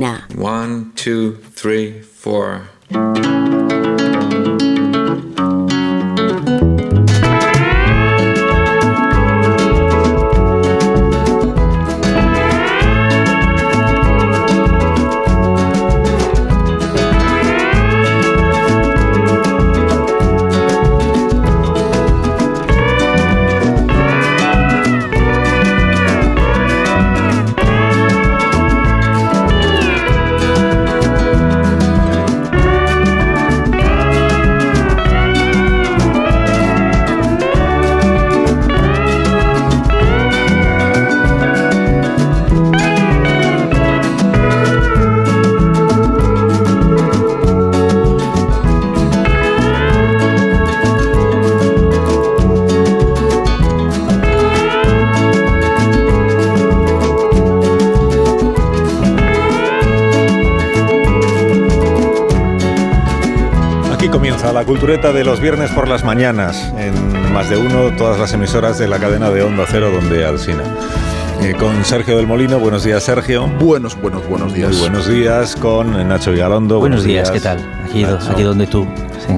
Now. One, two, three, four. Aquí comienza la cultureta de los viernes por las mañanas, en más de uno, todas las emisoras de la cadena de Onda Cero, donde Alsina. Eh, con Sergio del Molino, buenos días Sergio. Buenos, buenos, buenos días. Muy buenos días con Nacho Vigalondo. Buenos días, ¿qué tal? Aquí, do- Nacho. aquí donde tú. Sí.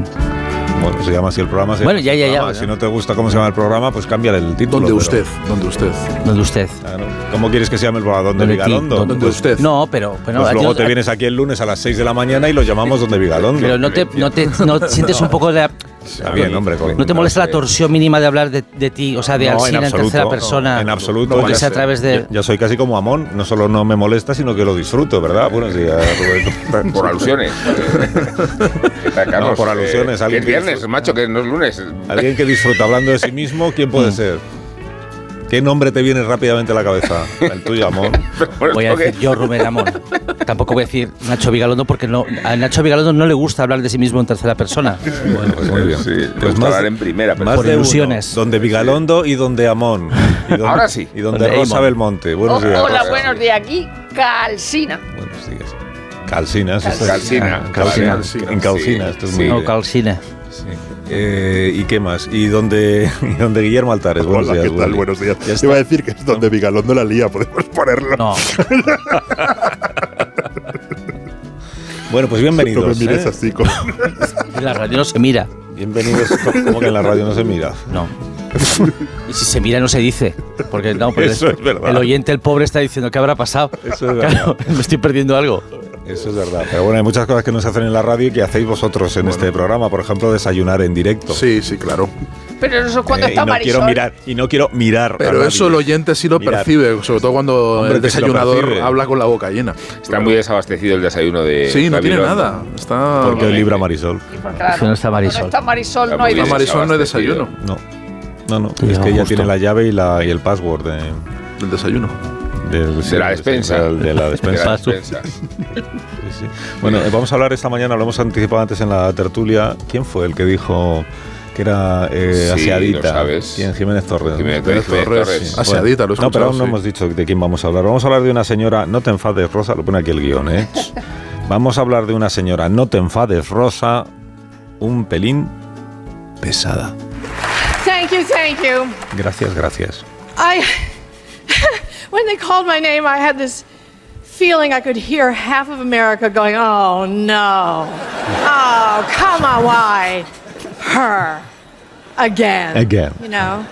Bueno, se llama así el programa. se- Bueno, ya, ya, ya, programa. ya. Si no te gusta cómo se llama el programa, pues cámbiale el título. ¿Dónde pero- usted? ¿Dónde usted? Donde usted. Claro. ¿Cómo quieres que se llame el programa? ¿Dónde Donde ti- Vigalondo? donde- ¿Dónde usted? No, pero bueno, Pues a ti luego no- te a- vienes aquí el lunes a las 6 de la mañana y lo llamamos donde Vigalondo. Pero no te, no te- no te sientes un poco de. Está bien, hombre, con- No te molesta la torsión mínima de hablar de, de ti, o sea, de No, en Alsina en, absoluto, tercera no, persona. en absoluto, Aunque ya sea a sé. través de. Yo, yo soy casi como Amón, no solo no me molesta, sino que lo disfruto, ¿verdad? Buenos días, Rubén. Por alusiones. ¿Qué tal, Carlos? No, por alusiones, Eh, que alguien es que viernes, disfruta. macho, que no es lunes. Alguien que disfruta hablando de sí mismo, ¿quién puede Mm. ser? ¿Qué nombre te viene rápidamente a la cabeza? El tuyo, Amón. Bueno, Voy a tengo que- decir yo, Rubén Amón. Tampoco voy a decir Nacho Vigalondo porque no, a Nacho Vigalondo no le gusta hablar de sí mismo en tercera persona. Bueno, pues muy bien. Sí, le gusta hablar en primera persona. Por de uno. ilusiones. donde Vigalondo y donde Amón. Y donde- Ahora sí. Y donde, Donde Rosa Amón. Belmonte. Buenos Oh, días. hola, Rosa. buenos días. Aquí, Calcina. Buenos días. pues Calcinas. esto es- Calcina. Calcina. Calcina. En calcina. Sí, Esto es sí. muy Ah, No, bien. Calcine. Sí. Eh, ¿Y qué más? ¿Y dónde, y dónde Guillermo Altares? Buenos Hola, días. ¿qué tal? Willy. Buenos días. Ya está. Iba a decir que es donde Vigalondo la lía, podemos ponerlo. No. Bueno, pues No me bienvenidos. mires ¿eh? así como... En la radio no se mira. Bienvenidos. Como que en la radio no se mira. No. Y si se mira no se dice, porque no, pero Eso el- es verdad. el oyente, el pobre, está diciendo qué habrá pasado. Eso es verdad. Claro, me estoy perdiendo algo. Eso es verdad. Pero bueno, hay muchas cosas que no se hacen en la radio y que hacéis vosotros en este programa. Por ejemplo, desayunar en directo. Sí, sí, claro. Pero eso es cuando Eh, y está no Marisol. quiero mirar y no quiero mirar a Pero nadie. eso el oyente sí lo Mirar. percibe, sobre todo cuando Hombre, el que sí lo desayunador percibe. habla con la boca llena. Está muy desabastecido el desayuno de. Sí, no tiene Gabilondo. nada. Está... porque hoy libra Marisol Y pues, claro, Si no está Marisol. cuando está Marisol, Está no hay muy La desayuno. Marisol no hay desayuno. no no no Sí, es que ella justo. tiene la llave y la y el password de, El desayuno. del- De la despensa. de la- de la De despensa la Paso. despensa. Sí, sí. Bueno, eh, vamos a hablar esta mañana, lo hemos anticipado antes en la tertulia. ¿Quién fue el que dijo que era eh, Sí, aseadita? lo sabes. ¿Quién? Jiménez Torres. Jiménez Pérez Torres. Torres. Torres. Aseadita, lo he No, pero escuchado, aún no sí. hemos dicho de quién vamos a hablar. Vamos a hablar de una señora, no te enfades, Rosa, lo pone aquí el guión, ¿eh? Vamos a hablar de una señora, no te enfades, Rosa, un pelín pesada. Thank you, thank you. Gracias, gracias. I, when they called my name, I had this feeling I could hear half of America going, oh no. Oh, come on, why? Her. Again. Again. You know?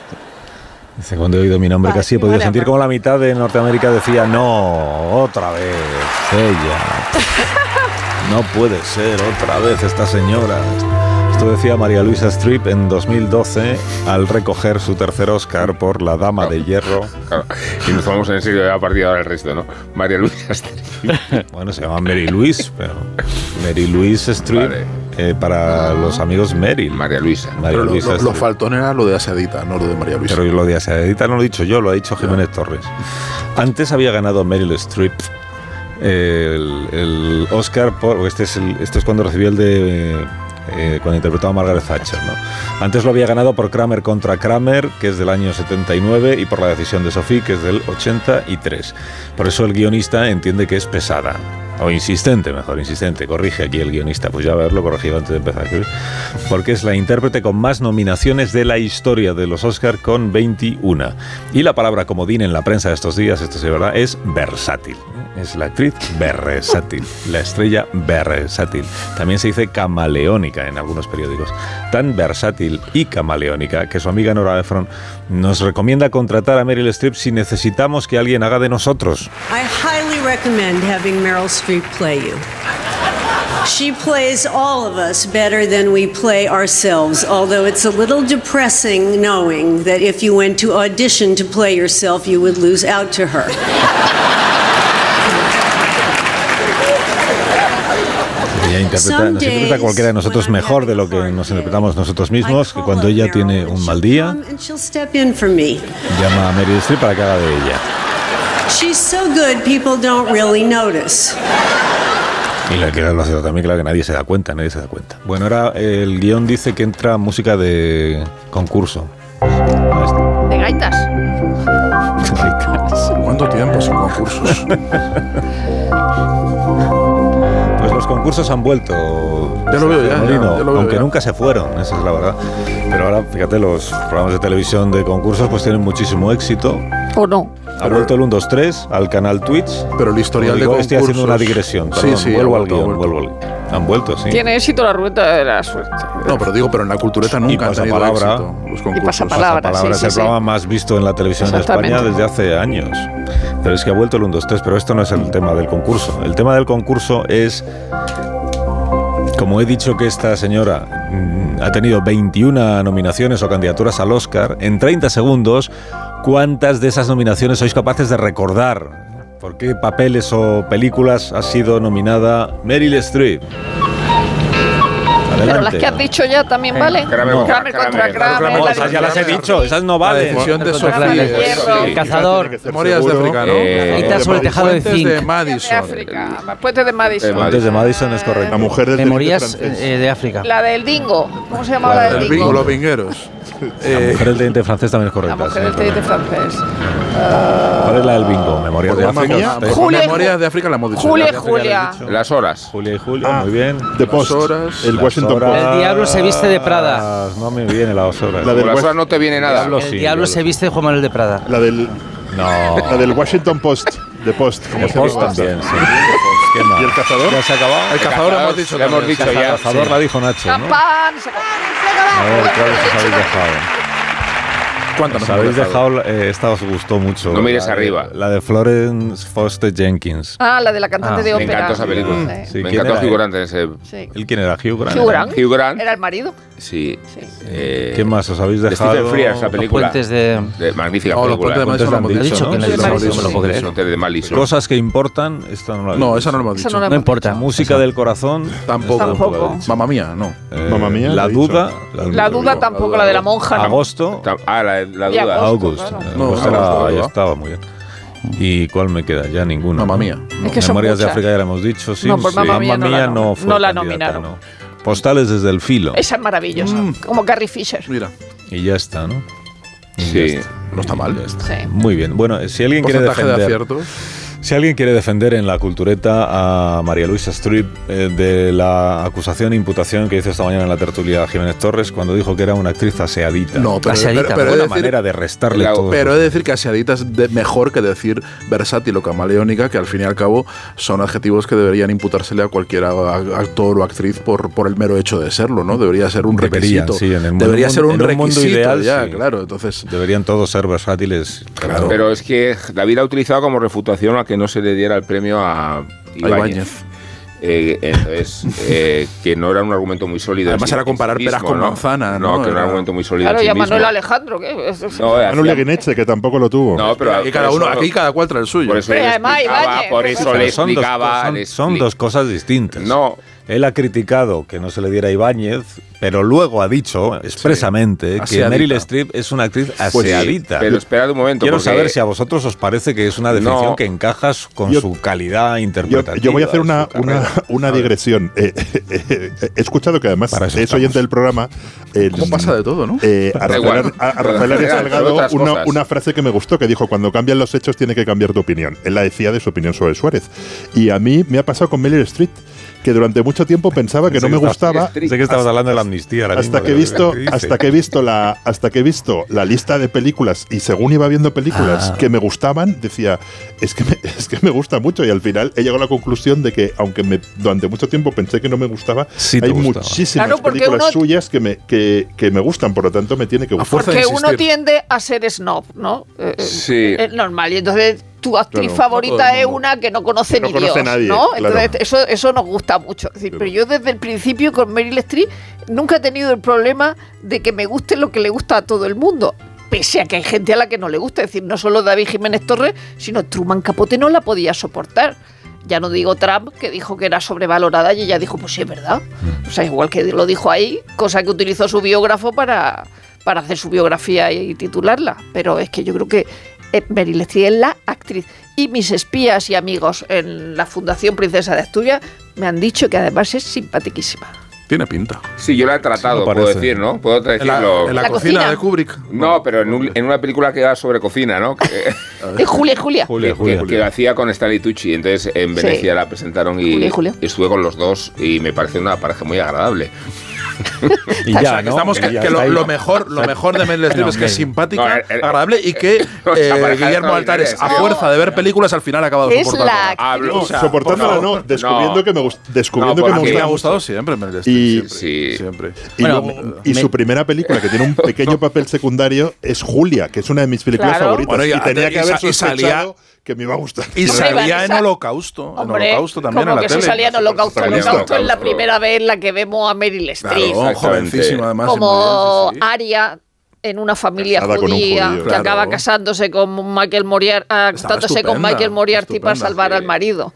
Dice, cuando he oído mi nombre Vale, casi he podido whatever. sentir como la mitad de Norteamérica decía, no, otra vez, ella. No puede ser otra vez esta señora. Esto decía María Luisa Strip en 2012 al recoger su tercer Oscar por La Dama de Hierro. Claro. Y nos vamos en serio ya a partir de ahora el resto, ¿no? María Luisa. Bueno, se llama Mary Louise, pero Mary Louise Strip Vale. eh, para los amigos Meryl. María Luisa. María Pero lo, Luisa lo- lo Strip. faltón era lo de Aseadita, no lo de María Luisa. Pero lo de Aseadita no lo he dicho yo, lo ha dicho Jiménez Torres. Antes había ganado Meryl Streep eh, el, el Oscar por. Este es, el- este es cuando recibió el de. eh, cuando interpretó a Margaret Thatcher. ¿no? Antes lo había ganado por Kramer contra Kramer, que es del año 79, y por la decisión de Sophie, que es del 83. Por eso el guionista entiende que es pesada. o insistente, mejor, insistente, corrige aquí el guionista, pues ya haberlo corregido antes de empezar a escribir, porque es la intérprete con más nominaciones de la historia de los Oscar con 21. Y la palabra comodín en la prensa de estos días, esto sí es verdad, es versátil. Es la actriz versátil, la estrella versátil. También se dice camaleónica en algunos periódicos. Tan versátil y camaleónica que su amiga Nora Ephron nos recomienda contratar a Meryl Streep si necesitamos que alguien haga de nosotros. I highly recommend having Meryl Streep play you. She plays all of us better than we play ourselves, although it's a little depressing knowing that if you went to audition to play yourself, you would lose out to her. Ella interpreta, nos interpreta a cualquiera de nosotros mejor de lo que nos interpretamos nosotros mismos, que cuando ella tiene un mal día, And she'll step in for me. llama a Meryl Streep para que haga de ella. She's so good, people don't really notice. Y la que lo hace también, claro que nadie se da cuenta, nadie se da cuenta. Bueno, ahora eh, el guión dice que entra música de concurso. Ah, De gaitas. este- ay, caras. ¿Cuánto tiempo sin concursos? Pues los concursos han vuelto. Ya lo veo, ya, Sergio ya, Molino, ya lo veo, aunque ya. nunca se fueron, esa es la verdad. Pero ahora, fíjate, los programas de televisión de concursos pues tienen muchísimo éxito. ¿O no? Ha vuelto el 1-2-3 al canal Twitch. Pero el historial Igual de estoy haciendo concursos- una digresión. Sí, perdón, sí, vuelvo ha al vuelto, guión, ha vuelto. vuelvo al guión. Han vuelto, sí. Tiene éxito la ruta de la suerte. No, pero digo, pero en la cultureta nunca han tenido pasapalabra. éxito los concursos. pasapalabra. Pasapalabra sí, Pues es sí, el sí. programa más visto en la televisión de España Exactamente. desde hace años. Pero es que ha vuelto el 1-2-3, pero esto no es el tema del concurso. El tema del concurso es, como he dicho que esta señora mm, ha tenido 21 nominaciones o candidaturas al Oscar, en 30 segundos, ¿cuántas de esas nominaciones sois capaces de recordar? ¿Por qué papeles o películas ha sido nominada Meryl Streep? Pero las Adelante. que has dicho ya también vale. Kramer contra contra Kramer. Kramer. No, la esas ya las he decisión de- dicho, esas no La valen. decisión de Contra Sofía. Kramer. es- Hierro. El cazador. Memorias de África, ¿no? Eh, Quita sobre el tejado de Puentes de zinc. De Madison. África. Puente de Madison. Eh, Antes de Madison es correcto. La mujer del Memorias delito francés. eh, de África. La del dingo. ¿Cómo se llamaba la El del bingo, dingo? Ah, pues los vingueros. La Eh. mujer del teniente francés también es La correcta. mujer sí, del teniente correcto. francés. ¿Cuál es la del bingo? Memorias de Mamma África. mía. Ustedes- Ju- Julia- Memorias de África la hemos dicho. Julia, ya. Julia. Las horas. Julia y Julio, Ah. muy bien. The Post. horas, el Las Washington horas- El diablo se viste de Prada. No me viene la osora. La Por del las West- horas no te viene nada. Diablo, El sí, diablo diablo. se viste de Juan Manuel de Prada. Post. La del, No. la del Washington Post. The Post. como El se post llama. también, sí. ¿Qué más? ¿Y el cazador? ¿Ya se ha acabado? El cazador lo hemos dicho. Ya hemos también. dicho ya. cazador la dijo Nacho, ¿no? Capán. se- A ver, ¿cuáles os habéis dejado? ¿Cuántas Os nos habéis hemos dejado? dejado, eh, esta os gustó mucho. No mires La de- arriba. La de Florence Foster Jenkins. Ah, la de la cantante Ah, de Me ópera. encantó esa película. Sí, Sí, Me ¿quién encantó era? Hugh Grant en ese. sí. ¿El quién era? Hugh Grant. Hugh Grant. Hugh Grant. Era el marido. Sí. Sí. Eh, ¿Qué más os habéis de dejado? Stephen Frears, la Los película. puentes de. De- magnífica No, los película. puentes de Madison lo hemos ¿Lo he dicho. dicho? ¿no? Que no Sí, lo lo hemos dicho, me lo dicho. puedo creer. Los puentes de Madison. Cosas que importan, esta no la No, esa no lo hemos Esa dicho. no la No importa. Música del corazón. Tampoco. Tampoco. Mamma mía, no. Eh, Mamma mía, La lo he dicho. duda. La duda tampoco, la de la monja. no. Agosto. Ta- Ah, la, la Ya, duda. vos. August. claro. Eh, No, August no, era- no, no, ya no. estaba muy bien. ¿Y cuál me queda? Ya ninguna. Mamma ¿no? mía. Es que son Memorias de muchas. África ya la hemos dicho, sí. No, por Sí. Mamma Mía no la Mía nom- fue no la candidata, nominaron. no. Postales desde el filo. Esa es maravillosa. Mm. Como Carrie Fisher. Mira, Y ya está, ¿no? Y pues. Sí. ya está. no está mal. Ya está. Sí. Muy bien. Bueno, eh, si alguien quiere Porcentaje de defender aciertos. Si alguien quiere defender en la cultureta a María Luisa Strip eh, de la acusación e imputación que hizo esta mañana en la tertulia Jiménez Torres cuando dijo que era una actriz aseadita. No, pero, Aseadita, pero, pero Buena he de decir- manera de restarle la- todo. pero he de decir que aseadita es de- mejor que decir versátil o camaleónica, que al fin y al cabo son adjetivos que deberían imputársele a cualquier a- actor o actriz por, por el mero hecho de serlo, ¿no? Debería ser un Deberían, requisito. sí, en el mundo- debería ser un en un mundo requisito ideal, ya, sí. claro. Entonces, Deberían todos ser versátiles. Claro. Pero es que David ha utilizado como refutación a que no se le diera el premio a Ibáñez. Ibáñez. Eh, entonces, eh, que no era un argumento muy sólido. Además en sí- era comparar en sí peras mismo, con manzana, No, ¿no? que no era Era- un argumento muy sólido. Claro, en sí y a mismo. Manuel Alejandro. ¿qué? Es- es- No, hacía- Manuel Guineche, que tampoco lo tuvo. No, pero. y cada por uno, eso- aquí cada cual trae el suyo. Por eso Pero le además explicaba, Ibáñez, por pues, eso Pero le son dos, explicaba. son- le son expli- dos cosas distintas. No, Él ha criticado que no se le diera a Ibáñez, pero luego ha dicho expresamente que Aseadita. Meryl Streep es una actriz Pues sí, aseadita. pero esperad un momento. Quiero porque saber si a vosotros os parece que es una definición No. que encaja su- con Yo- su calidad Yo, interpretativa. yo voy a hacer su una, una, carrera. una digresión. Eh, eh, eh, he escuchado que además Para eso es oyente estamos. del programa. el- ¿Cómo pasa de todo, no? eh, a Da igual. Rafael, a- a Rafael Arias Sobre Salgado otras una, cosas. una frase que me gustó que dijo cuando cambian los hechos tiene que cambiar tu opinión. Él la decía de su opinión sobre Suárez. Y a mí me ha pasado con Meryl Street que durante mucho tiempo pensaba que no me gustaba Sé que estabas hablando de la amnistía. ¿eh? ahora hasta mismo, que he de- visto ¿qué dices? hasta que he visto la hasta que he visto la lista de películas y según iba viendo Ah. películas que me gustaban decía es que me, es que me gusta mucho y al final he llegado a la conclusión de que aunque me, durante mucho tiempo pensé que no me gustaba Sí te hay gustaba. muchísimas Claro, porque películas uno- suyas que me que, que me gustan por lo tanto me tiene que A gustar fuerza de Porque uno insistir. tiende a ser snob, ¿no? Eh, eh, Sí. Es normal. Y entonces tu actriz Claro, no favorita todo el es mundo. una que no conoce Que no ni conoce Dios, nadie, ¿no? claro. Entonces eso, eso nos gusta mucho. Es decir, pero yo desde el principio con Meryl Streep nunca he tenido el problema de que me guste lo que le gusta a todo el mundo. Pese a que hay gente a la que no le gusta. Es decir, no solo David Jiménez Torres, sino Truman Capote no la podía soportar. Ya no digo Trump, que dijo que era sobrevalorada y ella dijo, pues sí, es verdad. Mm. O sea, igual que lo dijo ahí, cosa que utilizó su biógrafo para, para hacer su biografía y titularla. Pero es que yo creo que eh, Meryl Streep es la actriz. Y mis espías y amigos en la Fundación Princesa de Asturias me han dicho que además es simpaticísima. Tiene pinta. Sí, yo la he tratado, Sí, me puedo parece. decir, ¿no? Puedo decirlo. en la, La cocina, cocina. de Kubrick. No, pero en, un- en una película que va sobre cocina, ¿no? Que- Eh, Julia, Julia. Julia, que, Julia. que- que lo hacía con Stanley Tucci. Entonces en Sí. Venecia la presentaron y, Julio, Julio. y estuve con los dos y me pareció una pareja muy agradable. Y O sea, ya, que ¿no? estamos Y que, ya que está lo, ahí. lo mejor, lo mejor de Meryl Streep es que es No, simpática, eh, eh, agradable y que o sea, eh, pareja Guillermo extraordinaria, Altares, a serio. fuerza de ver películas, al final ha acabado Es soportándola. la- Hablo, No, o sea, soportándola por favor. no descubriendo que me gust- descubriendo No, que me Me porque- gusta ha Digamos, gustado siempre Meryl Y- Streep. siempre, Sí. siempre. eh, Y, Bueno, luego- me- y su primera película, que tiene un pequeño papel secundario, es Julia, que es una de mis películas Claro. favoritas. Bueno, y- y tenía y que haber sa- y sospechado salía- que me iba a gustar. Y Hombre, salía en Vanessa. Holocausto. Hombre, en Holocausto también como en la que tele. se salía en Holocausto. Salía en Holocausto es la Holocausto. primera vez en la que vemos a Meryl Streep. Claro, jovencísimo además. y como muy bien, sí, sí. Aria en una familia Casada con un judía judío, que claro. acaba casándose con Michael Moriarty, ah, Estaba casándose con estupenda, Michael Moriarty para estupenda, salvar sí. al marido.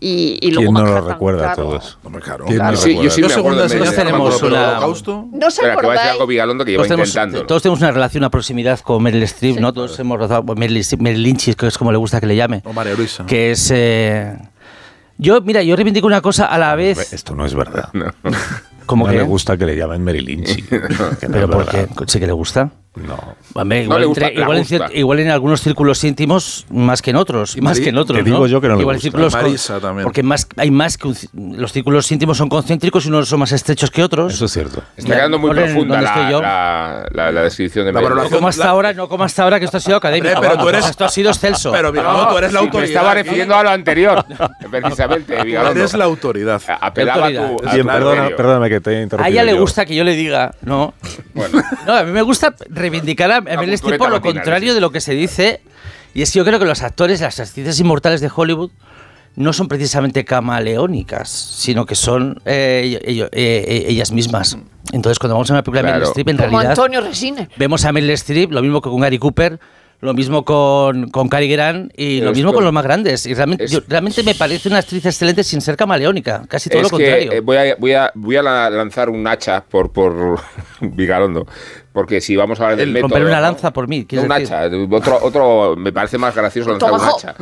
Y, y luego ¿Quién no lo Manhattan, recuerda a claro. todos? Hombre, claro. ¿Quién Claro. no Sí, recuerda? sí, Yo me segunda acuerdo vez de- Nosotros que me tenemos acuerdo del una- Holocausto. ¿No os Espera, que voy a decir acordáis? algo Vigalondo que llevo Todos tenemos, intentando. todos tenemos una relación, una proximidad con Meryl Streep, ¿no? Todos hemos rozado bueno, Meryl, Streep- Meryl Lynch, que es como le gusta que le llame. O María Luisa. Que es... eh, yo, mira, yo reivindico una cosa a la vez... Esto no es verdad. Como no que... le gusta que le llamen Merilyn. Pero porque sí que le gusta. No. Hombre, No igual, le gusta, entre- la igual en gusta. cier- igual en algunos círculos íntimos más que en otros, más Mari- que en otros, te digo ¿no? yo que no le igual en gusta. círculos con- Marisa también. Porque más hay más que un ci- los círculos íntimos son concéntricos y unos son más estrechos que otros. Eso es cierto. Está quedando muy Ahora, profunda ¿dónde estoy la, yo? la- la- la descripción de La Meryl. No valoración. como hasta La- ahora, no como hasta ahora que esto ha sido académico. Hombre, pero tú eres- Esto ha sido excelso. Pero Vigalondo, tú eres la Sí, autoridad. Me estaba aquí. refiriendo a lo anterior, precisamente, Vigalondo. Eres la autoridad. A- Apelaba a tu- autoridad. a Bien, Ah, tu perdona, criterio. perdóname que te he interrumpido. a ella le yo. gusta que yo le diga, ¿no? Bueno, No, a mí me gusta reivindicar a a Meryl Streep cultureta por lo matinal, contrario sí. de lo que se dice. Y es que yo creo que los actores, las actrices inmortales de Hollywood, no son precisamente camaleónicas, sino que son eh, ello- eh, eh, ellas mismas. Entonces, cuando vamos a una película de Meryl Claro. Streep, en Como realidad Antonio Resines. vemos a Meryl Streep, lo mismo que con Gary Cooper, lo mismo con, con Cary Grant y lo Es mismo que- con los más grandes. Y realmente, es- yo- realmente me parece una actriz excelente sin ser camaleónica, casi todo es lo que contrario. eh, voy a, voy, a, voy a la- lanzar un hacha por, por Vigalondo, porque si vamos a hablar del El método... romper una ¿no? lanza por mí, No, quieres un decir. hacha, eh, otro, otro, me parece más gracioso lanzar un Tomahawk. hacha.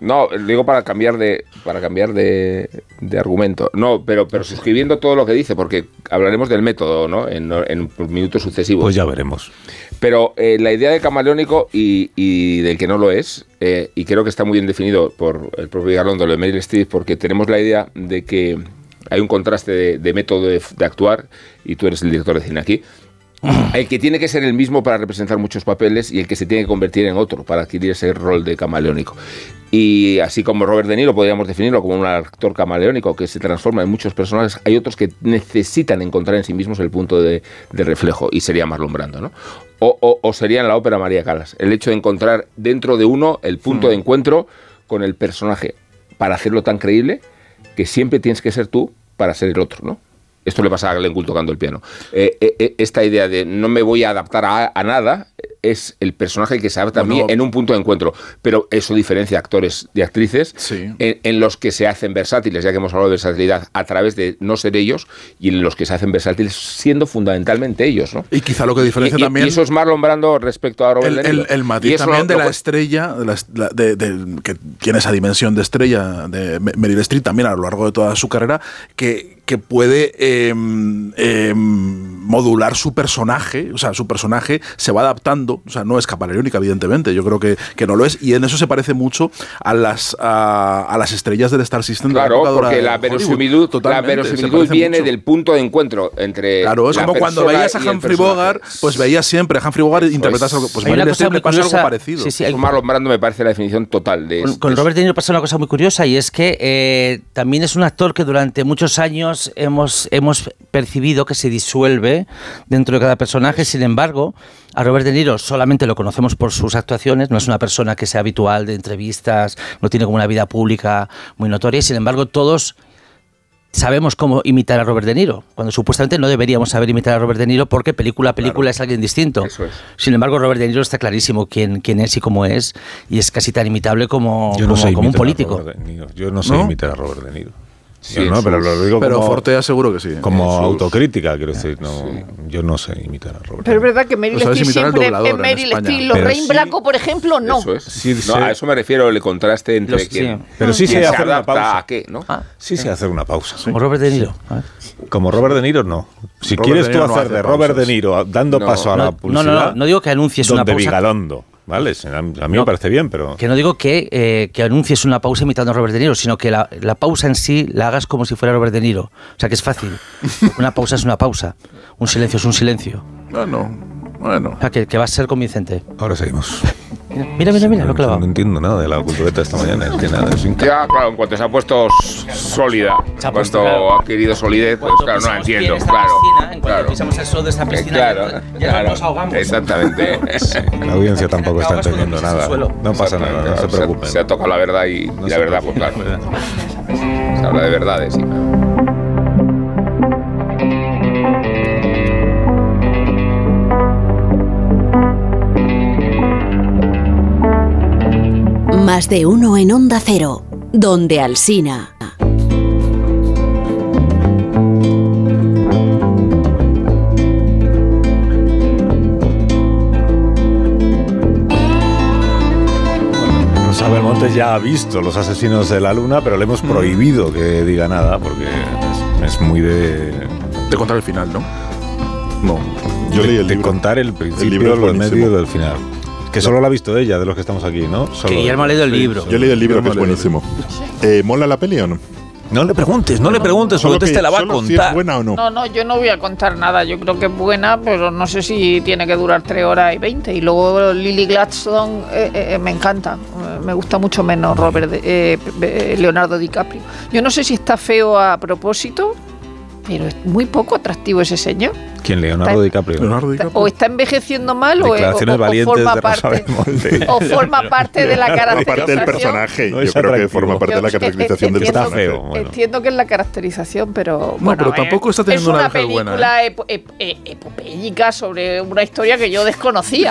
No, digo para cambiar de para cambiar de, de argumento. No, pero, pero suscribiendo todo lo que dice, porque hablaremos del método, ¿no? En, en minutos sucesivos. Pues ya veremos. Pero eh, la idea de camaleónico y, y del que no lo es, eh, y creo que está muy bien definido por el propio Garlondo, lo de Meryl Streep, porque tenemos la idea de que hay un contraste de, de método de, de actuar, y tú eres el director de cine aquí, el que tiene que ser el mismo para representar muchos papeles y el que se tiene que convertir en otro para adquirir ese rol de camaleónico. Y así como Robert De Niro podríamos definirlo como un actor camaleónico que se transforma en muchos personajes, hay otros que necesitan encontrar en sí mismos el punto de, de reflejo y sería Marlon Brando, ¿no? O, o- o sería en la ópera María Calas, el hecho de encontrar dentro de uno el punto de encuentro con el personaje para hacerlo tan creíble que siempre tienes que ser tú para ser el otro, ¿no? Esto le pasa a Glenn Gould tocando el piano. Eh, eh, eh, esta idea de no me voy a adaptar a, a nada, es el personaje que se adapta a mí Bueno. en un punto de encuentro. Pero eso diferencia actores y actrices Sí. en, en los que se hacen versátiles, ya que hemos hablado de versatilidad, a través de no ser ellos y en los que se hacen versátiles siendo fundamentalmente ellos, ¿no? Y quizá lo que diferencia Y- y- también. y eso es Marlon Brando respecto a Robert el, De el, Niro. el Y matiz eso también lo- pues de lo la cu- estrella, de la est- la- de- de- que tiene esa dimensión de estrella de Me- Meryl Streep también a lo largo de toda su carrera, que, que puede eh, eh, modular su personaje, o sea, su personaje se va adaptando, o sea, no es capaleirónica, evidentemente, yo creo que, que no lo es, y en eso se parece mucho a las, a, a las estrellas del Star System. de Claro, época dorada porque de la Hollywood. verosimilitud, la Totalmente, se verosimilitud parece viene mucho. del punto de encuentro entre. Claro, es la como cuando persona veías a y el Humphrey personaje. Bogart, pues veías siempre a Humphrey Bogart interpretar algo. Pues Hay una Meryl cosa Streep muy le pasa algo curiosa- parecido. sí, sí, hay- Eso Marlon Brando me parece la definición total de Con, es- con es- Robert De Niro pasa una cosa muy curiosa y es que eh, también es un actor que durante muchos años hemos, hemos percibido que se disuelve dentro de cada personaje. Sin embargo, a Robert De Niro solamente lo conocemos por sus actuaciones, no es una persona que sea habitual de entrevistas, no tiene como una vida pública muy notoria. y Sin embargo, todos sabemos cómo imitar a Robert De Niro, cuando supuestamente no deberíamos saber imitar a Robert De Niro porque película a película es alguien distinto. Eso es. Sin embargo, Robert De Niro está clarísimo quién, quién es y cómo es, y es casi tan imitable como, Yo no como, sé como imitar un a político. Robert De Niro. Yo no sé ¿No? imitar a Robert De Niro. Sí, Yo no, en pero sus- lo digo Pero como, Fortea seguro que sí. como en sus- autocrítica, quiero decir. No, Yo no sé imitar a Robert Pero es De Niro. verdad que Meryl Lo sabes Streep imitar al siempre doblador es en Meryl España. Streep. Los Pero Rey sí- Blanco, por ejemplo, no. Eso es. Sí, no, sí. a eso me refiero el contraste entre Los- quién, sí. Pero sí quién sé se hacer una adapta pausa. a qué, ¿no? Ah, Sí sé hacer una pausa. Como Robert De Niro. A ver. Como Robert De Niro, no. Si Robert quieres De tú Niro no hacer hace de Robert pausas. De Niro a- dando No, paso a no, la no, publicidad. no, no, no digo que anuncies una donde pausa. Vigalondo, ¿vale? Se- A mí me No. parece bien, pero... Que no digo que, eh, que anuncies una pausa imitando a Robert De Niro, sino que la, la pausa en sí la hagas como si fuera Robert De Niro. O sea que es fácil. Una pausa es una pausa. Un silencio es un silencio. Bueno, bueno. O sea que, que va a ser convincente. Ahora seguimos. Mira, mira, mira, lo he No clavado. entiendo nada de la cultureta esta mañana. Es que nada, es un ca- Ya, claro, en cuanto se ha puesto s- sólida, Se ha en puesto, cuanto claro. ha adquirido solidez, pues Cuando claro, no la pisamos pie en entiendo, esta claro. piscina, en cuanto claro. pisamos el suelo de esta Eh, piscina, claro, ya- ya claro, nos ahogamos. Exactamente. La audiencia tampoco está Aguas cuando entendiendo pisas el nada. suelo. No pasa nada, no se Se, ha preocupen. tocado la verdad y, y la verdad, pues claro. Se habla de verdades. sí. Más de uno en Onda Cero, donde Alsina. Isabel Montes ya ha visto Los Asesinos de la Luna, pero le hemos prohibido que diga nada porque es, es muy de, Te contaré el final, ¿no? No. Yo de- leí el de libro. contar el El principio, libro es los buenísimo. medios del final. Que solo lo ha visto ella, de los que estamos aquí, ¿no? Solo Que Guillermo ha leído el Sí, libro. Yo leí el libro, que es Vale, vale. buenísimo. Eh, ¿Mola la peli o no? No le preguntes, no le preguntes, solo que- te la va a solo si es contar. buena o no. No, no, yo no voy a contar nada. Yo creo que es buena, pero no sé si tiene que durar 3 horas y 20. Y luego Lily Gladstone eh, eh, me encanta. Eh, Me gusta mucho menos Robert de- eh, eh, Leonardo DiCaprio. Yo no sé si está feo a propósito, pero es muy poco atractivo ese señor. ¿Quién? Leonardo DiCaprio. Leonardo DiCaprio. O está envejeciendo mal o, o- Declaraciones o valientes forma de Rosa parte. Belmonte. O forma parte de la Forma caracterización. parte del personaje. No yo es creo que atractivo. forma parte de la Yo- caracterización del entiendo- Está personaje. feo, bueno. Entiendo que es la caracterización, pero. No, pero tampoco está teniendo es una una vejez buena, ¿eh? película epo- ep- e- epopéyica sobre una historia que yo desconocía.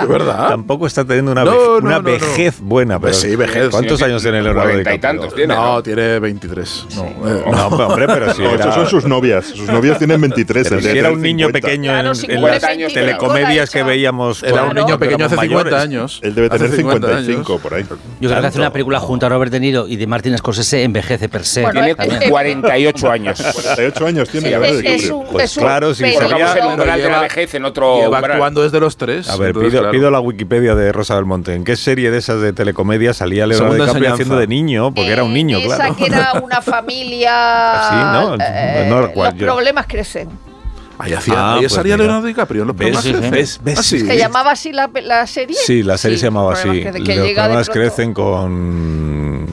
¿De verdad? ¿Ah? Tampoco está teniendo una, No, vej- no, una no, no. vejez buena. Pero Pues sí, vejez. ¿Cuántos Sí, años tiene Leonardo cuarenta y DiCaprio? tantos tiene, No, ¿no? tiene 23. No, eh, no. No, hombre, pero si No, era, Esos son sus novias. Sus novias tienen ¿eh? 23. pero el de- si era del un niño 50. pequeño Claro, en, si en cumple las 25 telecomedias que la hecha. veíamos. Era un cuando niño Claro. pequeño éramos hace 50 mayores. años. Él debe tener Hace 50 años. 55 por ahí. Yo creo que hacer Tanto. una película junto a Robert De Niro y de Martin Scorsese envejece per se. Bueno, Tiene también. eh, 48 años. 48 años tiene Sí, la es, verdad. es un, Pues es un claro, si pedazo. Colocamos el umbral de la lleva- vejez en otro Lleva umbral. actuando desde los 3. A ver, pido, pido la Wikipedia de Rosa del Monte. ¿En qué serie de esas de telecomedia salía Leonardo Segunda DiCaprio enseñanza. haciendo de niño? Porque era un niño, Eh, Esa claro. que era una familia. eh, Sí, no, no recuerdo los yo. problemas crecen. Ahí, hacía, Ah, ahí pues salía mira. Leonardo DiCaprio. en Los ¿Ves? programas ¿Ves? jefes. ¿Ves? ¿Ves? Ah, sí. ¿Se llamaba así la, la serie? Sí, la serie se llamaba así. Problemas Crecen, que Los llega de problemas pronto. crecen con.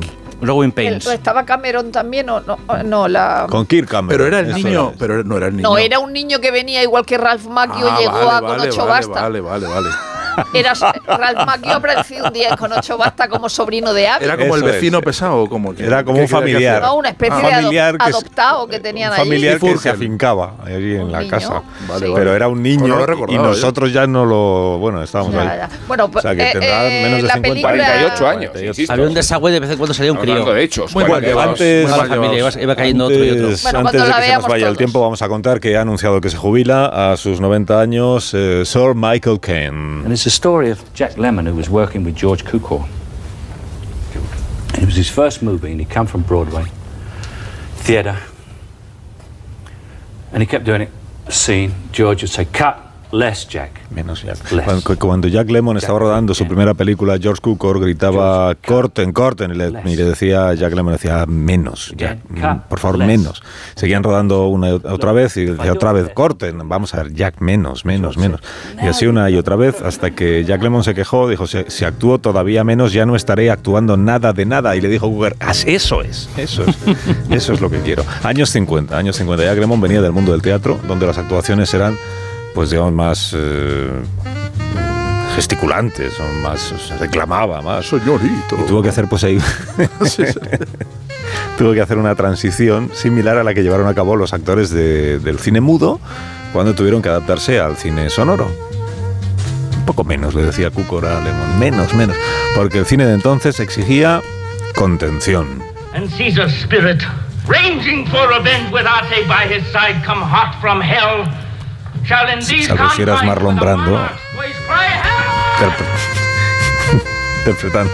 Rowan El- Pains. estaba Cameron también o no, no la con Kirk Cameron. Pero era el Eso niño. es. Pero era- no era el niño. no era un niño que venía igual que Ralph Macchio Ah, llegó vale, a con vale, ocho vale, basta Vale, vale, vale. Eras Ralph Macchio apareció un 10 con 8 basta como sobrino de Abby. Era como el Eso es. vecino pesado, como que- Era como ¿qué- un qué- qué- qué- familiar. Ah, No, una especie Ah, de ado- familiar que es- adoptado que tenían un ahí. familiar que se Furgen. afincaba allí en Un la niño. casa. Vale, Pero vale. era un niño No lo ¿eh? y recordaba yo. nosotros ya no lo... Bueno, estábamos Ya, ahí. ya. Bueno, o sea, que eh, tendrá eh, menos de la 50 película- 48 años, insisto. Había un desagüe de vez en cuando salía un Estamos crío. hablando de hechos. Muy Juan, bueno, que antes- Toda la Muy mal familia llevados. iba, iba cayendo otro y otro. Antes, Bueno, antes cuando de la que se nos veamos vaya el todos. tiempo, vamos a contar que ha anunciado que se jubila a sus 90 años eh, Sir Michael Caine. And it's the story of Jack Lemmon, who was working with George Cukor. It was his first movie, and he'd come from Broadway, theatre. And he kept doing it, scene. George would say, cut, less, Jack. Menos Jack. Less. Cuando, cuando Jack Lemmon estaba rodando su primera película, George Cukor gritaba corten, corten, y le, y le decía a Jack Lemmon, decía menos, Jack, mm, por favor, menos. Seguían rodando una y otra vez y decía otra vez corten, vamos a ver, Jack menos, menos, menos. Y así una y otra vez hasta que Jack Lemmon se quejó, dijo, si, si actúo todavía menos, ya no estaré actuando nada de nada. Y le dijo Cukor, "Haz eso es, eso es, eso es lo que quiero. Años 50, años 50. Jack Lemmon venía del mundo del teatro, donde las actuaciones eran, pues digamos, más... eh, gesticulantes, son más, o sea, reclamaba más. Señorito. Y tuvo que hacer pues ahí, Sí, sí. tuvo que hacer una transición similar a la que llevaron a cabo los actores de- del cine mudo cuando tuvieron que adaptarse al cine sonoro. Un poco menos, le decía Cukor a Lemon, menos, menos, porque el cine de entonces exigía contención. And Caesar's spirit, ranging for revenge with Arte by his side, come hot from hell, shall in these Salvo si eras confines Marlon with the Brando. monarch's Interpre- interpretando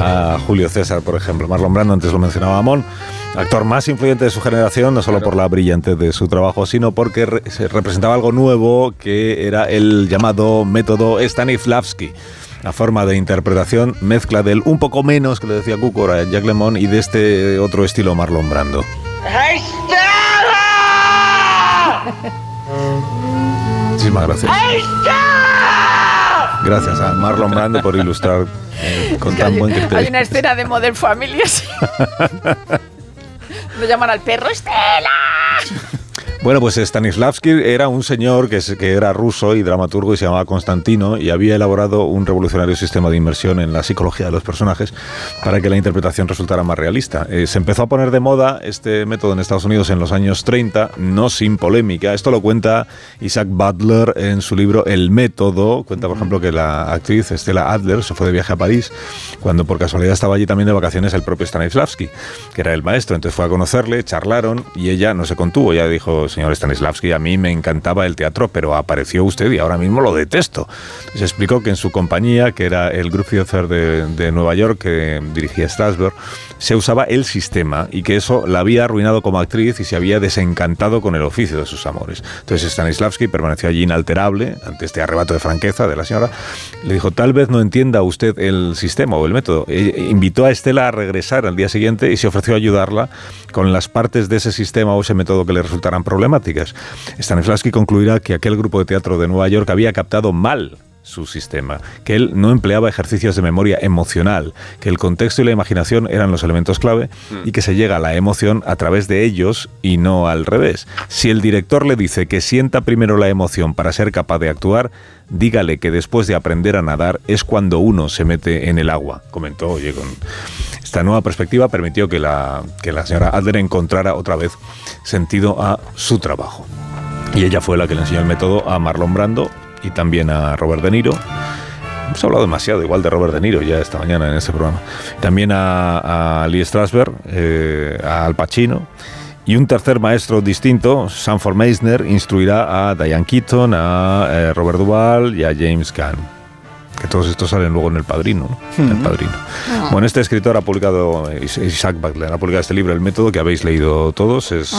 a Julio César, por ejemplo. Marlon Brando, antes lo mencionaba Amón, actor más influyente de su generación, no solo por la brillantez de su trabajo, sino porque re- se representaba algo nuevo que era el llamado método Stanislavski. La forma de interpretación mezcla del un poco menos que le decía Cukor a Jack Lemmon y de este otro estilo Marlon Brando. Muchísimas gracias. Gracias a Marlon Brando por ilustrar eh, con Que tan hay, buen criterio. hay una escena de Modern Family así. Lo llaman al perro Estela. Bueno, pues Stanislavski era un señor que, se- que era ruso y dramaturgo y se llamaba Constantino y había elaborado un revolucionario sistema de inmersión en la psicología de los personajes para que la interpretación resultara más realista. Eh, se empezó a poner de moda este método en Estados Unidos en los años 30, no sin polémica. Esto lo cuenta Isaac Butler en su libro El método. Cuenta, por ejemplo, que la actriz Stella Adler se fue de viaje a París cuando por casualidad estaba allí también de vacaciones el propio Stanislavski, que era el maestro. Entonces fue a conocerle, charlaron y ella no se contuvo. Ya dijo, señor Stanislavski, a mí me encantaba el teatro, pero apareció usted y ahora mismo lo detesto. Se explicó que en su compañía, que era el Group Theater de, de Nueva York, que dirigía Strasberg, se usaba el sistema y que eso la había arruinado como actriz y se había desencantado con el oficio de sus amores. Entonces Stanislavski permaneció allí inalterable ante este arrebato de franqueza de la señora. Le dijo, tal vez no entienda usted el sistema o el método. E- invitó a Estela a regresar al día siguiente y se ofreció a ayudarla con las partes de ese sistema o ese método que le resultaran problemáticas. Stanislavski concluirá que aquel grupo de teatro de Nueva York había captado mal su sistema, que él no empleaba ejercicios de memoria emocional, que el contexto y la imaginación eran los elementos clave y que se llega a la emoción a través de ellos y no al revés. Si el director le dice que sienta primero la emoción para ser capaz de actuar, dígale que después de aprender a nadar es cuando uno se mete en el agua, comentó, oye, con esta nueva perspectiva permitió que la, que la señora Adler encontrara otra vez sentido a su trabajo. Y ella fue la que le enseñó el método a Marlon Brando y también a Robert De Niro. Hemos hablado demasiado igual de Robert De Niro ya esta mañana en este programa. También a, a Lee Strasberg, eh, a Al Pacino. Y un tercer maestro distinto, Sanford Meisner, instruirá a Diane Keaton, a eh, Robert Duvall y a James Caan. Que todos estos salen luego en El Padrino, ¿no? El Padrino. Bueno, este escritor ha publicado, eh, Is- Isaac Butler, ha publicado este libro, El Método, que habéis leído todos. Es, eh,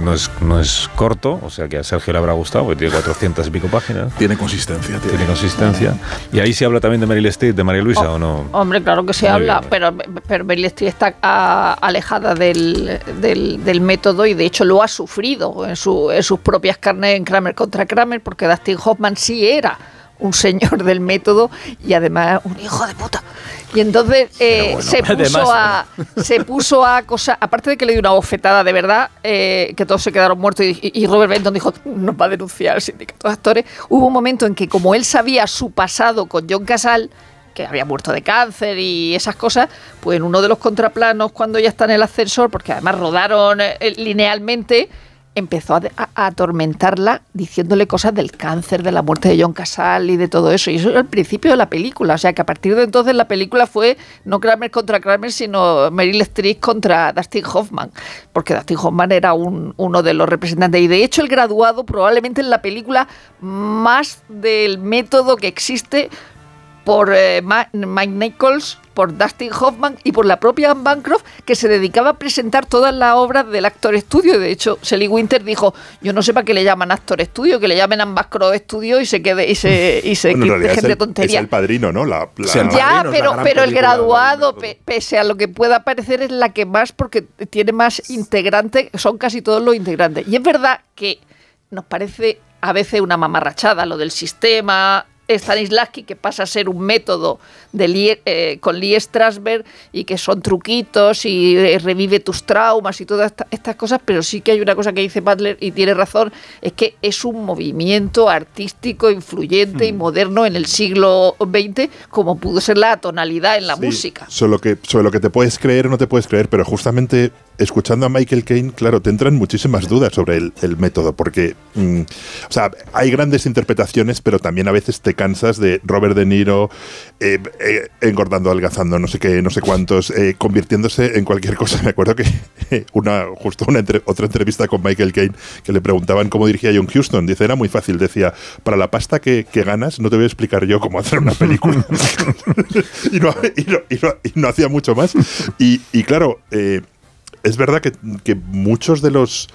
no, es, no es corto, o sea que a Sergio le habrá gustado, porque tiene 400 y pico páginas. Tiene consistencia, tiene. Tiene consistencia. Y ahí se habla también de Meryl Streep, de María Luisa, ¿o no? Hombre, claro que se Muy habla, bien. pero, pero Meryl Streep está ah, alejada del, del- del método y de hecho lo ha sufrido en, su- en sus propias carnes en Kramer contra Kramer, porque Dustin Hoffman sí era un señor del método y además un hijo de puta. Y entonces eh, bueno, se, puso además. a, se puso a cosa. Aparte de que le dio una bofetada de verdad, eh, que todos se quedaron muertos y, y- y Robert Benton dijo: Nos va a denunciar el sindicato de actores. Hubo un momento en que, como él sabía su pasado con John Casal, que había muerto de cáncer y esas cosas, pues en uno de los contraplanos, cuando ya está en el ascensor, porque además rodaron eh, eh, linealmente, empezó a, de- a- a atormentarla diciéndole cosas del cáncer, de la muerte de John Casal y de todo eso. Y eso era el principio de la película. O sea que a partir de entonces la película fue no Kramer contra Kramer, sino Meryl Streep contra Dustin Hoffman. Porque Dustin Hoffman era un- uno de los representantes. Y de hecho el graduado probablemente en la película más del método que existe por eh, Ma- Mike Nichols, por Dustin Hoffman y por la propia Anne Bancroft, que se dedicaba a presentar todas las obras del Actor Studio. De hecho, Sally Winter dijo, yo no sé para qué le llaman Actor Studio, que le llamen Anne Bancroft Studio y se quede y se, y se Bueno, en dejen realidad es de el, es tontería. el padrino, ¿no? La, la- Sí, el ya, Padrino es la pero, gran pero el película de Anne graduado, pe- pese a lo que pueda parecer, es la que más, porque tiene más integrantes, son casi todos los integrantes. Y es verdad que nos parece a veces una mamarrachada lo del sistema. Stanislavski, que pasa a ser un método de Lie- eh, con Lee Strasberg y que son truquitos y eh, revive tus traumas y todas esta- estas cosas, pero sí que hay una cosa que dice Butler y tiene razón, es que es un movimiento artístico influyente y moderno en el siglo XX, como pudo ser la tonalidad en la Sí, música. Sobre lo, que, sobre lo que te puedes creer o no te puedes creer, pero justamente escuchando a Michael Caine, claro, te entran muchísimas dudas sobre el, el método, porque, mm, o sea, hay grandes interpretaciones, pero también a veces te cansas de Robert De Niro eh, eh, engordando, algazando, no sé qué, no sé cuántos, eh, convirtiéndose en cualquier cosa. Me acuerdo que una, justo una entre- otra entrevista con Michael Caine, que le preguntaban cómo dirigía John Houston, dice, era muy fácil, decía, para la pasta que, que ganas, no te voy a explicar yo cómo hacer una película. y, no, y no- y no- y no hacía mucho más. Y, y claro, eh, es verdad que, que muchos de los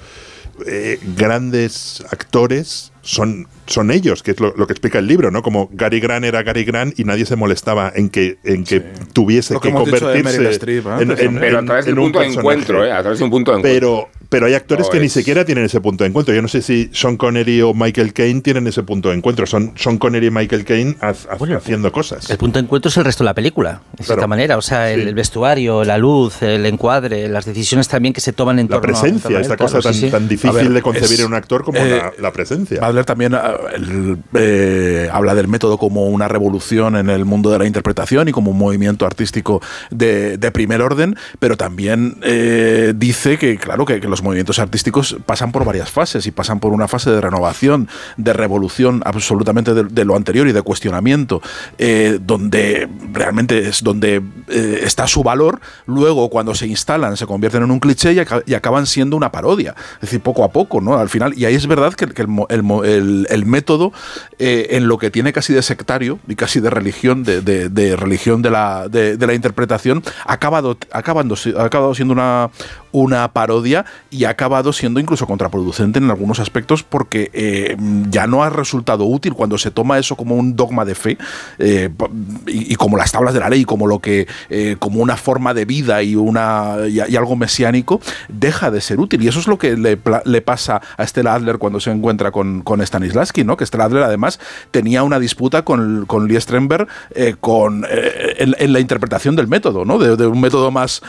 eh, grandes actores son, son ellos, que es lo, lo que explica el libro, ¿no? Como Gary Grant era Gary Grant y nadie se molestaba en que, en que tuviese Lo que, que hemos dicho de convertirse Meryl Streep, ¿eh? en, en- Pero a en- través de en un punto de personaje. encuentro, ¿eh? A través de un punto de encuentro. Pero, pero hay actores No, que ni es- siquiera tienen ese punto de encuentro. Yo no sé si Sean Connery o Michael Caine tienen ese punto de encuentro. Son Sean Connery y Michael Caine haz- haz- Bueno, haciendo cosas. El punto de encuentro es el resto de la película, de cierta Claro. manera. O sea, el, Sí. el vestuario, la luz, el encuadre, las decisiones también que se toman en La torno en torno presencia, a esta él, cosa claro, tan, sí, sí. tan difícil A ver, de concebir es- en un actor como eh, la, la presencia. Adler también ah, el, eh, habla del método como una revolución en el mundo de la interpretación y como un movimiento artístico de, de primer orden, pero también eh, dice que, claro, que, que los movimientos artísticos pasan por varias fases y pasan por una fase de renovación, de revolución absolutamente de, de lo anterior y de cuestionamiento, eh, donde realmente es donde eh, está su valor, luego cuando se instalan se convierten en un cliché y, aca- y acaban siendo una parodia. Es decir, poco a poco, ¿no? Al final, y ahí es verdad que, que el, mo- el mo- el- el método eh, en lo que tiene casi de sectario y casi de religión, de, de- de religión de la, de, de la interpretación, ha acabado, acabando, si- ha acabado siendo una, una parodia y ha acabado siendo incluso contraproducente en algunos aspectos porque eh, ya no ha resultado útil cuando se toma eso como un dogma de fe eh, pa- y, y como las tablas de la ley, como lo que eh, como una forma de vida y una y, y algo mesiánico, deja de ser útil. Y eso es lo que le, pla- le pasa a Stella Adler cuando se encuentra con, con Stanislavski, ¿no? Que Stella Adler además tenía una disputa con, con Lee Stremberg eh, con, eh, en, en la interpretación del método, ¿no? De, de un método más,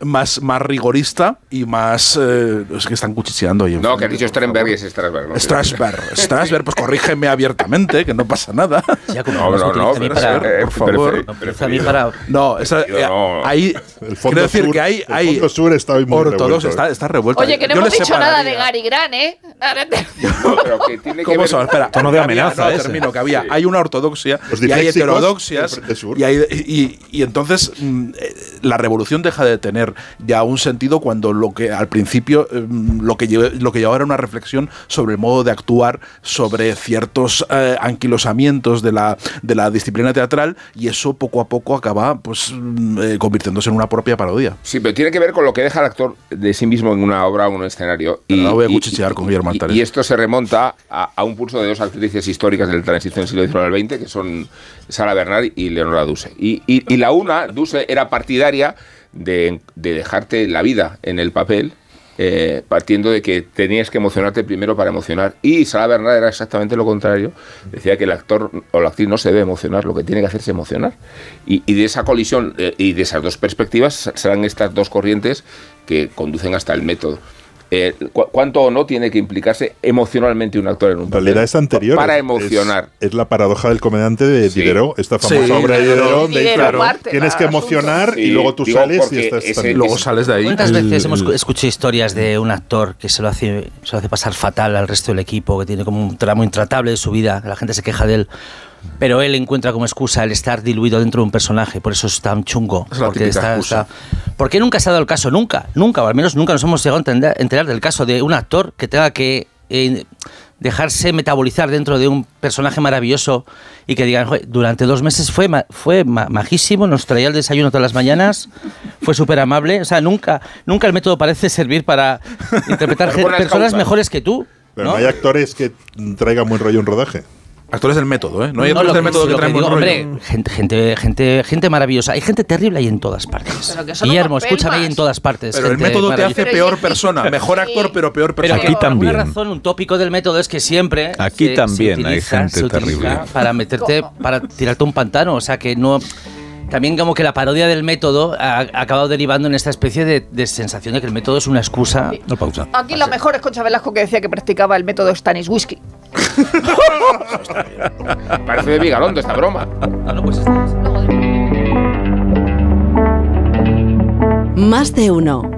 más, más rigorista y más... eh, es que están cuchicheando ahí. No, que has dicho Sternberg y es Strasberg. ¿no? Strasberg, Strasberg, pues corrígeme abiertamente, que no pasa nada. Ya, como No, me no, no. utiliza a mí para- eh, por favor. me prefer- utiliza a mí preferido. para- No, esa, Yo eh, no. ahí. El fondo quiero decir sur- que hay. el hay fondo sur está hoy muy ortodoxo, revuelto, está, ¿eh? está revuelto. Oye, que no Yo hemos le dicho nada de separaría. Gary Grant, ¿eh? Ahora te- Pero que tiene que ¿Cómo ver- son? Espera, Tono de que había- amenaza no, ese. termino, que había. Hay una ortodoxia Los y hay disléxicos heterodoxias. del Frente Sur. Y, hay- y- y entonces mm, eh, la revolución deja de tener ya un sentido cuando lo que al principio eh, mm, lo que, lle- lo que llevaba era una reflexión sobre el modo de actuar, sobre ciertos eh, anquilosamientos de la, de la disciplina teatral y eso poco a poco acaba pues mm, eh, convirtiéndose en una propia parodia. Sí, pero tiene que ver con lo que deja el actor de sí mismo en una obra o en un escenario. Pero la voy a cuchichear con Guillermo y- Antares. y esto se remonta a, a un pulso de dos actrices históricas del transición del siglo XIX al XX, que son Sara Bernal y Leonora Duse. Y, y- y la una, Duse, era partidaria de, de dejarte la vida en el papel eh, partiendo de que tenías que emocionarte primero para emocionar. Y Sara Bernard era exactamente lo contrario. Decía que el actor o la actriz no se debe emocionar, lo que tiene que hacer es emocionar. Y, y de esa colisión eh, y de esas dos perspectivas serán estas dos corrientes que conducen hasta el método. Eh, cu- ¿Cuánto o no tiene que implicarse emocionalmente un actor en un En papel? realidad es anterior. Para es- emocionar. Es, es la paradoja del comediante de Sí. Diderot, esta famosa Sí, obra de Diderot. Diderot, donde Diderot, claro, parte, tienes que nada, emocionar asunto. y luego tú Sí, digo, sales y porque estás... ese- Eh, tan- Luego es- sales de ahí. ¿Cuántas El- veces hemos el- cu- escuchado historias de un actor que se lo, hace, se lo hace pasar fatal al resto del equipo, que tiene como un tramo intratable de su vida, que la gente se queja de él? Pero él encuentra como excusa el estar diluido dentro de un personaje, por eso es tan chungo. Es la porque, típica excusa. porque nunca se ha dado el caso, nunca, nunca, o al menos nunca nos hemos llegado a entender- enterar del caso de un actor que tenga que eh, dejarse metabolizar dentro de un personaje maravilloso y que digan, "Joder, durante dos meses fue, ma- fue ma- majísimo, nos traía el desayuno todas las mañanas, fue súper amable. O sea, nunca, nunca el método parece servir para interpretar Pero con las personas causas. mejores que tú. Pero ¿no? no hay actores que traigan buen rollo un rodaje. Actores del método, ¿eh? No hay No, actores lo del método lo que traen buen digo, rollo. Hombre, gente, gente, gente, gente maravillosa. Hay gente terrible ahí en todas partes. Pero que son Guillermo, unos escúchame ahí pelmas. en todas partes. Pero el gente método te hace maravillosa. Pero peor sí. persona. Mejor actor, Sí. pero peor Pero persona. que Aquí por alguna también. razón, un tópico del método es que siempre. Aquí también hay gente se utiliza terrible. Para meterte, para tirarte un pantano. O sea que no. También, como que la parodia del método ha, ha acabado derivando en esta especie de, de sensación de que el método es una excusa. No pausa. Aquí la mejor es Concha Velasco que decía que practicaba el método Stanis Whisky. Parece de Vigalondo esta broma. No, no, pues- Más de uno.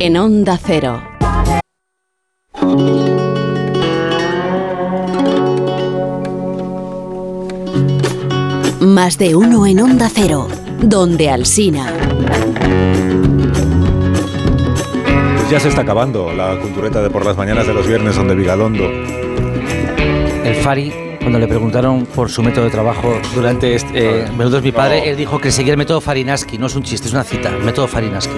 En Onda Cero. Más de uno en Onda Cero. Donde Alsina. Pues Ya se está acabando la cultureta de por las mañanas de los viernes donde Vigalondo. El Fari, cuando le preguntaron por su método de trabajo durante este, eh, Menudo es mi padre, él dijo que seguía el método Farinaski. No es un chiste, es una cita. El método Farinaski.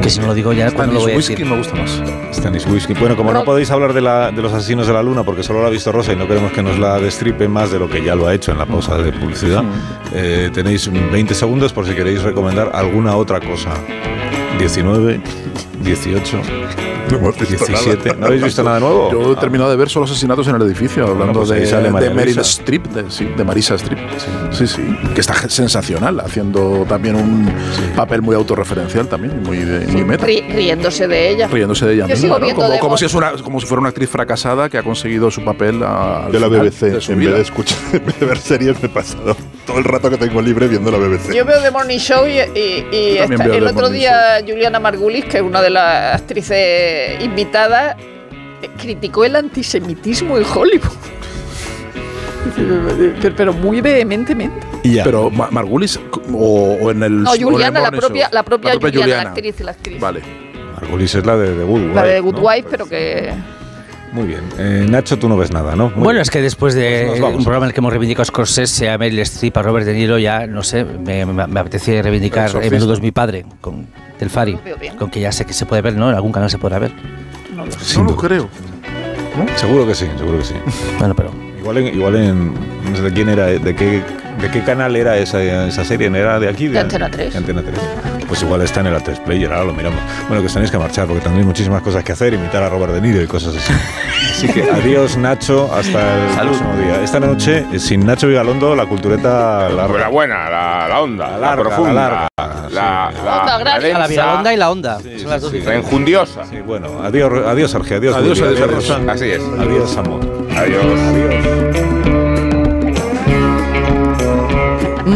Que si no lo digo ya, Stanis cuando lo voy a Whisky decir. me gusta más. Stanis Whisky. Bueno, como no podéis hablar de, la- de los asesinos de la luna porque solo la ha visto Rosa y no queremos que nos la destripe más de lo que ya lo ha hecho en la pausa de publicidad, eh, tenéis 20 segundos por si queréis recomendar alguna otra cosa. 19, 18, No hemos visto nada. 17. ¿No habéis visto nada nuevo? Yo he terminado de ver solo asesinatos en el edificio, hablando pues ahí de, sale de María Meryl Luisa. Streep, de, sí, de Marisa Streep. Sí. sí, que está sensacional, haciendo también un papel muy autorreferencial también, y muy, de, muy meta. Ri- riéndose de ella. Riéndose de ella Yo misma, sigo ¿no? viendo como, The como Boys. si es una, como si fuera una actriz fracasada que ha conseguido su papel a, al Yo la final BBC, de su en vida. vez de escuchar, en vez de ver series, me he pasado todo el rato que tengo libre viendo la BBC. Yo veo The Morning Show y, y- y Yo también esta- veo The el otro Morning día Juliana Margulis, que es una de las actrices invitadas, eh, criticó el antisemitismo en Hollywood. Pero- Pero, pero muy vehementemente. Pues Y ya. Pero Ma- Margulis o, o en el No, o en el Juliana, la Morning propia, Show. la propia, La propia Juliana, Juliana. la actriz, la actriz. Vale. Pues Margulis es la de, de Good La de Wife, Good ¿no? Wife, pero que. Muy bien. Eh, Nacho, tú no ves nada, ¿no? Muy Bueno, bien. es que después de Pues nos vamos. un programa en el que hemos reivindicado a Scorsese, a Meryl Streep, a Robert De Niro, ya, no sé, me, me- me apetece reivindicar eh, Exorcista. Menudo es mi padre, con, del Fari, Lo veo bien. con que ya sé que se puede ver, ¿no? En algún canal se podrá ver. Sin no lo duda. creo. Seguro que sí, seguro que sí. Bueno, pero... Igual en, igual en no sé de quién era, de qué, de qué canal era esa, esa serie, ¿no era de aquí? De Antena 3. de Antena 3. Pues igual está en el A3 Player, ahora lo miramos. Bueno, que os tenéis que marchar porque tendréis muchísimas cosas que hacer, imitar a Robert De Niro y cosas así. Así que adiós Nacho, hasta el próximo día. Esta noche, eh, sin Nacho Vigalondo, la cultureta Pero la larga. buena, la, la onda, la, larga, profunda, la larga, la, sí. la, Onda agraria. densa, A la Vigalondo y la onda. Son las dos sí, sí. la enjundiosa. Sí, bueno, adiós, adiós Sergio, adiós Adiós, Julio, adiós, Rosa. Así es. Adiós, amor. Adiós. Adiós.